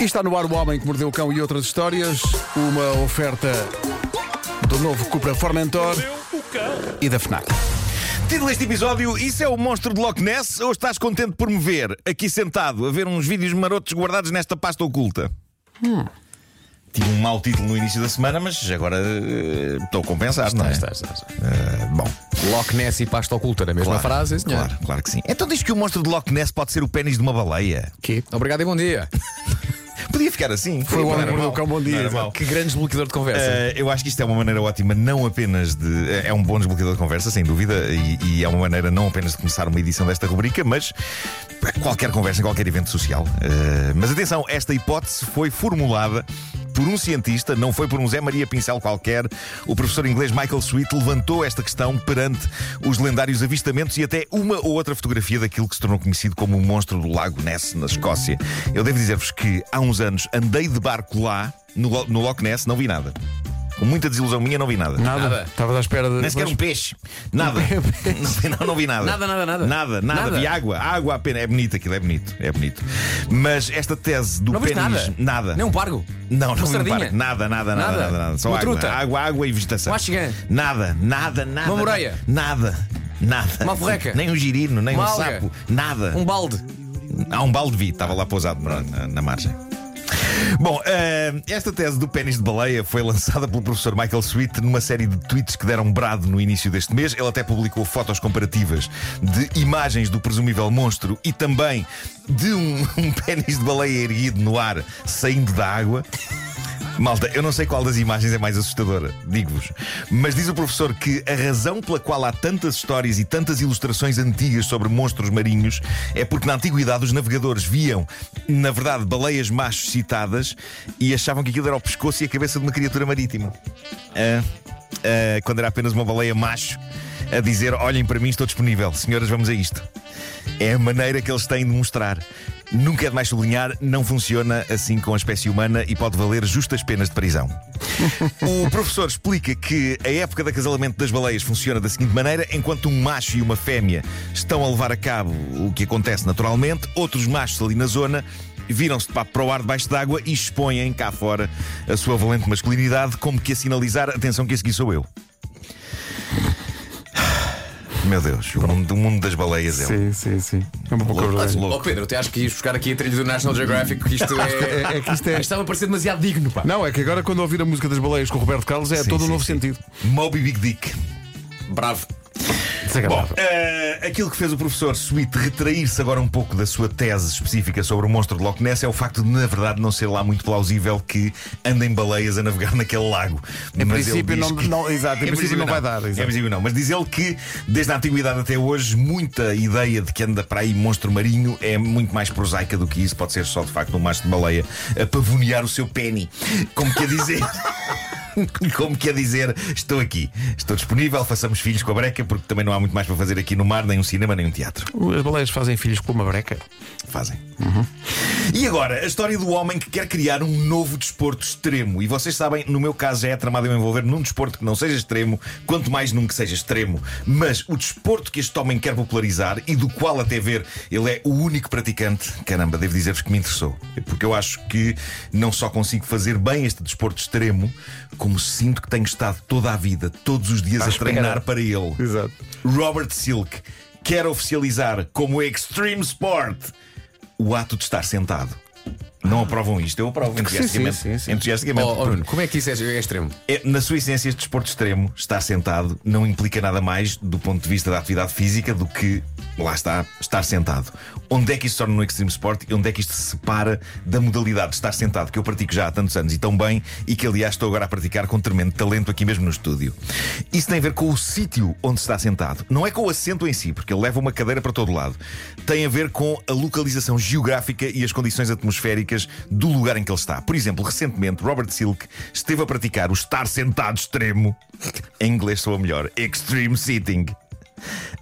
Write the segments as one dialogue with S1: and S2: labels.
S1: E está no ar o Homem que Mordeu o Cão e outras histórias. Uma oferta do novo Cupra Formentor e da FNAC.
S2: Título deste episódio: Isso é o monstro de Loch Ness ou estás contente por me ver aqui sentado a ver uns vídeos marotos guardados nesta pasta oculta?
S1: Hum.
S2: Tive um mau título no início da semana, mas agora eh, estou a compensar, não é? Eh, bom,
S3: Loch Ness e pasta oculta na mesma
S2: claro,
S3: frase, senhor.
S2: claro,
S1: É.
S2: claro que sim. Então diz que o monstro de Loch Ness pode ser o pênis de uma baleia.
S3: Que? Obrigado e bom dia.
S2: Podia ficar assim.
S1: Foi o
S2: Não
S1: Homem
S2: era
S1: que Mordeu
S2: mau.
S1: o Cão, bom
S2: Não
S1: dia.
S2: era mau.
S3: Que grande desbloqueador de conversa.
S2: Eh, eu acho que isto é uma maneira ótima, não apenas de. É um bom desbloqueador de conversa, sem dúvida, e, e é uma maneira não apenas de começar uma edição desta rubrica, mas para qualquer conversa em qualquer evento social. Eh, mas atenção, esta hipótese foi formulada. Por um cientista, não foi por um Zé Maria Pincel qualquer, o professor inglês Michael Sweet levantou esta questão perante os lendários avistamentos e até uma ou outra fotografia daquilo que se tornou conhecido como o monstro do Lago Ness, na Escócia. Eu devo dizer-vos que há uns anos andei de barco lá, no, Lo- no Loch Ness, não vi nada. Com muita desilusão minha, não vi nada.
S1: Nada. Estavas à espera de.
S2: Nem sequer um peixe. Nada. não, vi- não, não vi nada.
S3: Nada, nada, nada.
S2: Nada, nada.
S3: Nada.
S2: Vi água. Água apenas. É bonito aquilo, é bonito. É bonito. Mas esta tese do
S3: não viste
S2: pênis.
S3: nada?
S2: Nada.
S3: Nem um pargo?
S2: Não,
S3: Uma
S2: não vi um
S3: sardinha?
S2: parque. Nada, nada, nada,
S3: Nada?
S2: nada, nada. Só
S3: Uma
S2: água.
S3: truta?
S2: Água, água e vegetação.
S3: Um axigã?
S2: Nada, nada, nada.
S3: Uma moreia?
S2: Nada. Nada.
S3: Uma forreca?
S2: Nem um girino, nem
S3: Uma
S2: um
S3: alga?
S2: sapo. Nada.
S3: Um balde?
S2: Há um balde de vidro, estava lá pousado na, na- na margem. Bom, eh, esta tese do pênis de baleia foi lançada pelo professor Michael Sweet numa série de tweets que deram brado no início deste mês. Ele até publicou fotos comparativas de imagens do presumível monstro e também de um, um pênis de baleia erguido no ar saindo da água. Malta, eu não sei qual das imagens é mais assustadora, digo-vos. Mas diz o professor que a razão pela qual há tantas histórias e tantas ilustrações antigas sobre monstros marinhos é porque na antiguidade os navegadores viam, na verdade, baleias machos citadas e achavam que aquilo era o pescoço e a cabeça de uma criatura marítima. Ah, ah, quando era apenas uma baleia macho a dizer: Olhem para mim, estou disponível, senhoras, vamos a isto. É a maneira que eles têm de mostrar. Nunca é demais sublinhar, não funciona assim com a espécie humana e pode valer justas penas de prisão. O professor explica que a época de acasalamento das baleias funciona da seguinte maneira: enquanto um macho e uma fêmea estão a levar a cabo o que acontece naturalmente, outros machos ali na zona viram-se de papo para o ar debaixo d'água e expõem cá fora a sua valente masculinidade, como que a sinalizar: atenção, que esse aqui sou eu. Meu Deus, o mundo, o mundo das baleias é um
S1: Sim, sim, sim. É uma pouca
S2: Louco,
S1: verdade.
S2: louco.
S3: Oh Pedro, até acho que ias buscar aqui a trilha do National Geographic, que isto é.
S1: É que isto é.
S3: Estava a parecer demasiado digno, pá.
S1: Não, é que agora quando ouvir a música das baleias com o Roberto Carlos é
S2: Sim,
S1: todo um
S2: sim,
S1: novo
S2: sim.
S1: sentido.
S2: Moby Big Dick.
S3: Bravo.
S2: Bom, eh, aquilo que fez o professor Sweet retrair-se agora um pouco da sua tese específica sobre o monstro de Loch Ness é o facto de, na verdade, não ser lá muito plausível que andem baleias a navegar naquele lago.
S1: Em
S2: Mas ele
S1: princípio
S2: diz
S1: não,
S2: que-
S1: não- Exato, em princípio não vai dar.
S2: É
S1: exato.
S2: possível não. Mas diz ele que, desde a antiguidade até hoje, muita ideia de que anda para aí monstro marinho é muito mais prosaica do que isso. Pode ser só, de facto, um macho de baleia a pavonear o seu penny. Como quer dizer. Como quer dizer, estou aqui, estou disponível, façamos filhos com a breca, porque também não há muito mais para fazer aqui no mar, nem um cinema, nem um teatro.
S1: As baleias fazem filhos com uma breca.
S2: Fazem. E agora, a história do homem que quer criar um novo desporto extremo. E vocês sabem, no meu caso já é tramado eu me envolver num desporto que não seja extremo, quanto mais num que seja extremo. Mas o desporto que este homem quer popularizar e do qual até ver ele é o único praticante, caramba, devo dizer-vos que me interessou. Porque eu acho que não só consigo fazer bem este desporto extremo, como sinto que tenho estado toda a vida, todos os dias, a
S1: espera.
S2: treinar para ele.
S1: Exato.
S2: Robert Silk quer oficializar como extreme sport o ato de estar sentado. Não aprovam isto, eu aprovo entusiasticamente.
S1: sim, sim.
S2: Entusiasticamente.
S3: Oh, oh, Bruno, como é que isso é, é extremo?
S2: É, na sua essência, este desporto extremo, estar sentado, não implica nada mais do ponto de vista da atividade física do que, lá está, estar sentado. Onde é que isto se torna um extreme sport e onde é que isto se separa da modalidade de estar sentado que eu pratico já há tantos anos e tão bem e que, aliás, estou agora a praticar com tremendo talento aqui mesmo no estúdio? Isso tem a ver com o sítio onde se está sentado. Não é com o assento em si, porque ele leva uma cadeira para todo lado. Tem a ver com a localização geográfica e as condições atmosféricas do lugar em que ele está. Por exemplo, recentemente, Robert Silk esteve a praticar o estar sentado extremo. Em inglês sou a melhor. Extreme sitting.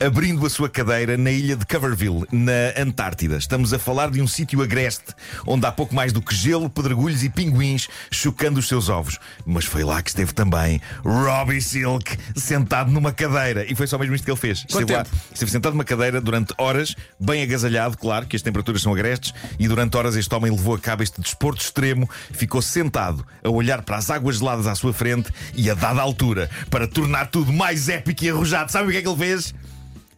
S2: abrindo a sua cadeira na ilha de Coverville, na Antártida. Estamos a falar de um sítio agreste, onde há pouco mais do que gelo, pedregulhos e pinguins chocando os seus ovos. Mas foi lá que esteve também Robbie Silk, sentado numa cadeira. E foi só mesmo isto que ele fez. Esteve, lá,
S3: tempo?
S2: esteve sentado numa cadeira durante horas, bem agasalhado, claro, que as temperaturas são agrestes, e durante horas este homem levou a cabo este desporto extremo, ficou sentado a olhar para as águas geladas à sua frente e a dada altura, para tornar tudo mais épico e arrojado. Sabe o que é que ele fez?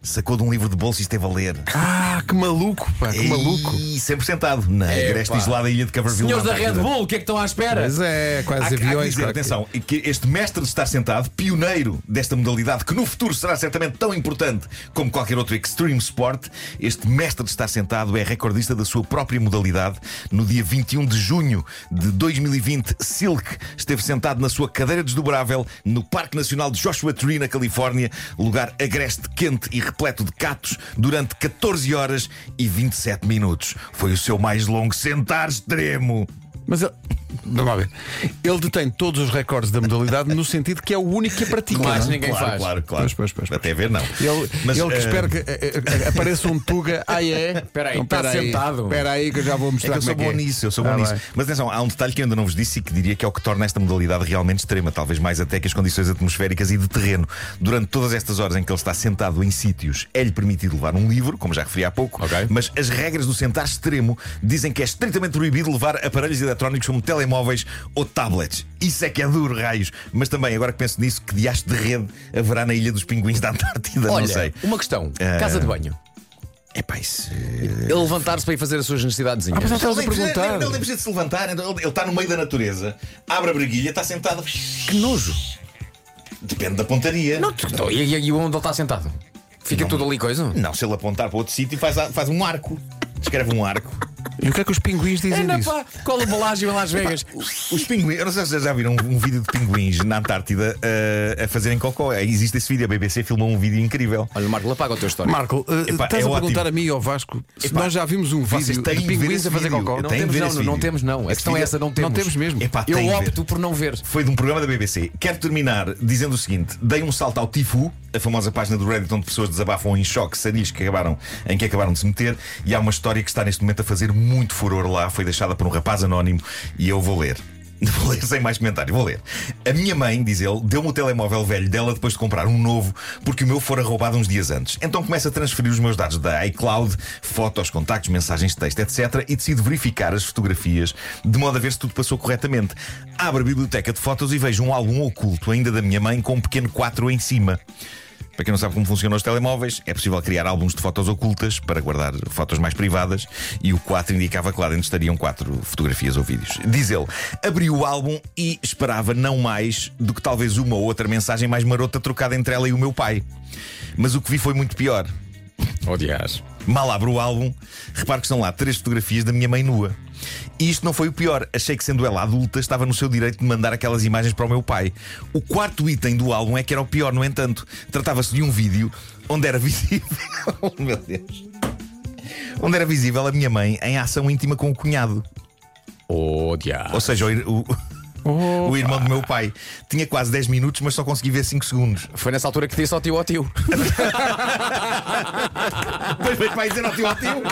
S2: Sacou de um livro de bolso e esteve a ler.
S1: Ah, que maluco, pá, que maluco. É,
S2: E sempre sentado na
S3: Epá.
S2: agreste e isolada ilha de Coverville.
S3: Senhores
S2: na
S3: da Red
S2: Antártida.
S3: Bull, o que é que estão à espera?
S1: Mas é,
S2: Há,
S1: quase
S2: há que
S1: aviões.
S2: dizer,
S1: claro que-
S2: atenção, que este mestre de estar sentado, pioneiro desta modalidade, que no futuro será certamente tão importante como qualquer outro extreme sport, este mestre de estar sentado é recordista da sua própria modalidade. No dia 21 de junho de 2020, Silk esteve sentado na sua cadeira desdobrável no Parque Nacional de Joshua Tree, na Califórnia, lugar agreste, quente e repleto de catos, durante 14 horas e 27 minutos. Foi o seu mais longo sentar extremo.
S1: Mas ele. Vamos lá ver. Ele detém todos os recordes da modalidade no sentido que é o único que a pratica.
S3: Mas
S1: não é?
S3: ninguém
S2: claro,
S3: faz.
S2: Claro, claro.
S1: Pois, pois, pois, pois.
S2: Até ver, não.
S1: Ele, ele que
S2: eh,
S1: espera que eh, eh, apareça um Tuga. Ah, é?
S3: Espera aí,
S1: Então,
S3: está sentado.
S1: Espera aí, que eu já vou
S2: É que
S1: mostrar
S2: eu sou
S1: como
S2: bom
S1: é que é.
S2: nisso, eu sou bom
S1: Ah,
S2: nisso.
S1: bem.
S2: Mas atenção, há um detalhe que eu ainda não vos disse e que diria que é o que torna esta modalidade realmente extrema, talvez mais até que as condições atmosféricas e de terreno. Durante todas estas horas em que ele está sentado em sítios, é-lhe permitido levar um livro, como já referi há pouco,
S3: Ok.
S2: mas as regras do sentar extremo dizem que é estritamente proibido levar aparelhos eletrónicos como telemóveis ou tablets. Isso é que é duro, raios. Mas também, agora que penso nisso, que diacho de rede haverá na Ilha dos Pinguins da Antártida?
S3: Olha,
S2: não sei.
S3: uma questão.
S2: Eh,
S3: Casa de banho.
S2: É pá, isso.
S3: Ele levantar-se para ir fazer as suas necessidadezinhas.
S1: mas estavas a
S2: Ele nem precisa-
S1: perguntar.
S2: Ele nem precisa de se levantar, então ele ele está no meio da natureza, abre a breguilha, está sentado.
S3: que nojo.
S2: Depende da pontaria.
S3: Não, tu- tu- Então, e, e- e onde ele está sentado? Fica tudo ali coisa?
S2: Não, se ele apontar para outro sítio, faz, a- faz um arco. Escreve um arco.
S1: E o que é que os pinguins dizem
S3: Anda
S1: disso?
S3: pá, cola bolagem em Las Vegas.
S2: Os pinguins, eu não sei se vocês já viram um, um vídeo de pinguins na Antártida eh, a fazerem cocó. Eh, Existe esse vídio, a BBC filmou um vídeo incrível.
S3: Olha, Marco, lá paga o teu histórico.
S1: Marco, eh,
S2: Epá,
S1: estás
S2: é
S1: a
S2: ótimo.
S1: perguntar a mim e ao Vasco se
S2: Epá,
S1: nós já vimos um
S2: vocês
S1: vídeo
S2: têm
S1: de
S2: que ver
S1: pinguins
S2: esse
S1: a fazer
S2: vídeo.
S1: cocó.
S2: Eu
S3: Não
S2: Tem
S3: temos,
S2: de ver
S3: não,
S2: esse
S3: não, não
S2: vídeo.
S3: temos, não. A
S2: Esse
S3: questão é
S2: vídeo-
S3: essa, não temos.
S1: Não temos mesmo.
S2: Epá, tem
S3: Eu
S2: de ver.
S3: opto por não ver.
S2: foi de um programa da BBC. Quero terminar dizendo o seguinte: dei um salto ao Tifu, a famosa página do Reddit onde pessoas desabafam em choque sarilhos que acabaram, em que acabaram de se meter. E há uma história que está neste momento a fazer muito furor lá. Foi deixada por um rapaz anónimo e eu vou ler. Vou ler sem mais comentário, vou ler. A minha mãe, diz ele, um deu-me o telemóvel velho dela depois de comprar um novo, porque o meu fora roubado uns dias antes. Então começo a transferir os meus dados da iCloud, fotos, contactos, mensagens de texto, etc. E decido verificar as fotografias de modo a ver se tudo passou corretamente. Abro a biblioteca de fotos e vejo um álbum oculto ainda da minha mãe com um pequeno 4 em cima. Para quem não sabe como funcionam os telemóveis, é possível criar álbuns de fotos ocultas para guardar fotos mais privadas e o 4 indicava que lá dentro estariam quatro fotografias ou vídeos. Diz ele, abri o álbum e esperava não mais do que talvez uma ou outra mensagem mais marota trocada entre ela e o meu pai. Mas o que vi foi muito pior.
S3: Odias.
S2: Mal abro o álbum, reparo que estão lá três fotografias da minha mãe nua. E isto não foi o pior. Achei que, sendo ela adulta, estava no seu direito de mandar aquelas imagens para o meu pai. O quarto item do álbum é que era o pior, no entanto. Tratava-se de um vídeo onde era visível. oh, meu Deus! Onde era visível a minha mãe em ação íntima com o cunhado.
S3: Odias.
S2: Ou seja, o, ir- o- o irmão do meu pai. Tinha quase 10 minutos, mas só consegui ver 5 segundos.
S3: Foi nessa altura que disse ao tio, ó tio.
S2: Depois veio para aí dizer ao tio, ao tio.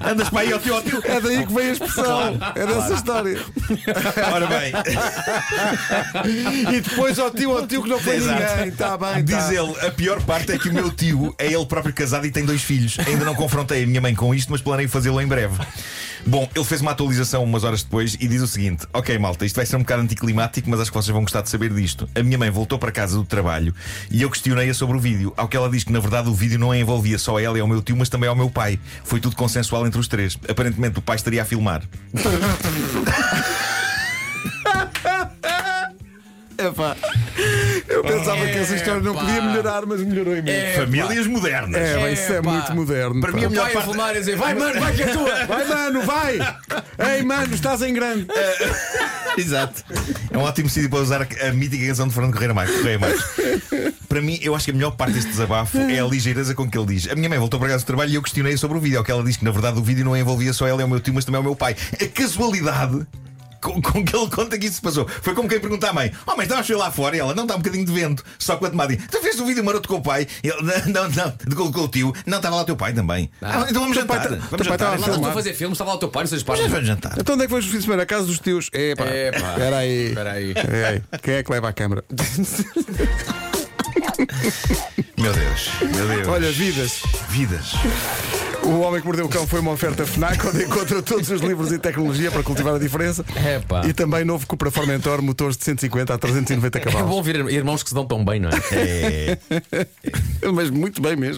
S2: Andas para aí ao tio, ao tio.
S1: É daí que vem a expressão. É dessa história.
S2: Ora bem.
S1: E depois ao tio, ao tio que não foi
S2: Exato.
S1: ninguém. Está bem,
S2: Diz
S1: tá.
S2: ele, a pior parte é que o meu tio é ele próprio casado e tem dois filhos. Ainda não confrontei a minha mãe com isto, mas planeio fazê-lo em breve. Bom, ele fez uma atualização umas horas depois e diz o seguinte: Ok, malta, isto vai ser um bocado anticlimático, mas acho que vocês vão gostar de saber disto. A minha mãe voltou para casa do trabalho e eu questionei-a sobre o vídeo. Ao que ela diz que na verdade o vídeo não a envolvia só a ela e ao meu tio, mas também ao meu pai. Foi tudo consensual entre os três. Aparentemente o pai estaria a filmar.
S1: Epá. Eu pensava que essa história não podia melhorar, mas melhorou imenso.
S2: Famílias modernas.
S1: É, bem, isso é
S3: É, Epá.
S1: muito moderno.
S2: Para mim,
S1: pá.
S2: a melhor
S3: Vai a
S2: parte-
S3: filmar e dizer, vai mano, vai que é tua.
S1: Vai, mano, vai! Ei, mano, estás em grande.
S2: Exato. É um ótimo sítio para usar a, a mítica canção de Fernando Correia Mais. Correia Mais. Para mim, eu acho que a melhor parte deste desabafo é a ligeireza com que ele diz. A minha mãe voltou para casa do trabalho e eu é questionei sobre o vídeo. Ao que ela disse que, na verdade, o vídeo não envolvia só ela e o meu tio, mas também o meu pai. A casualidade com, com que ele conta que isso se passou. Foi como quem pergunta à mãe: Oh, mas dá um lá fora e ela não dá um bocadinho de vento. Só com a tomada. Tu fez um vídeo maroto com o pai? E ele, não, não, não. De com com o tio. Não, estava lá o teu pai também.
S3: Ah.
S2: Ah, então vamos
S1: Teu pai
S2: jantar.
S1: tá-
S2: vamos
S1: teu pai
S2: jantar.
S1: tá-
S2: Lá-
S1: filmar.
S3: Mas estou a fazer filmes, estava lá o teu pai, não sejas parvo.
S2: Vamos jantar.
S1: Então onde é que vais o fim de semana? A casa dos teus? Epá.
S3: Epá.
S1: Espera aí.
S3: Espera aí.
S1: Espera aí. Quem é que leva a câmara?
S2: Meu Deus, meu Deus.
S1: Olha, vidas.
S2: Vidas.
S1: O Homem que Mordeu o Cão foi uma oferta FNAC onde encontra todos os livros e tecnologia para cultivar a diferença.
S3: Epá.
S1: E também novo Cupra Formentor, motores de 150 a 390
S3: É
S1: cavalos.
S3: bom ver irmãos que se dão tão bem, não é?
S2: É.
S1: Mas muito bem mesmo.